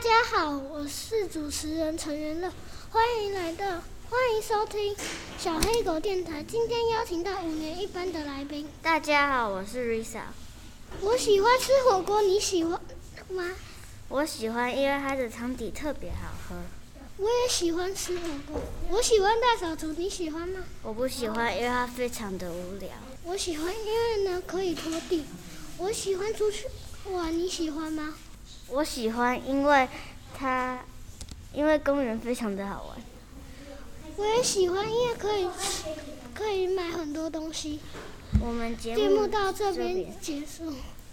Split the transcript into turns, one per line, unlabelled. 家好，我是主持人陈元乐，欢迎来到，欢迎收听小黑狗电台。今天邀请到五年一班的来宾。
大家好，我是 Risa，
我喜欢吃火锅，你喜欢吗？
我喜欢因为它的汤底特别好喝。
我也喜欢吃火锅。我喜欢大扫除，你喜欢吗？
我不喜欢，因为它非常的无聊。
我喜欢，因为呢可以拖地。我喜欢出去玩，你喜欢吗？
我喜欢，因为它，因为公园非常的好玩。
我也喜欢，因为可以可以买很多东西。
我们节
节目
目
到这
这
边结束。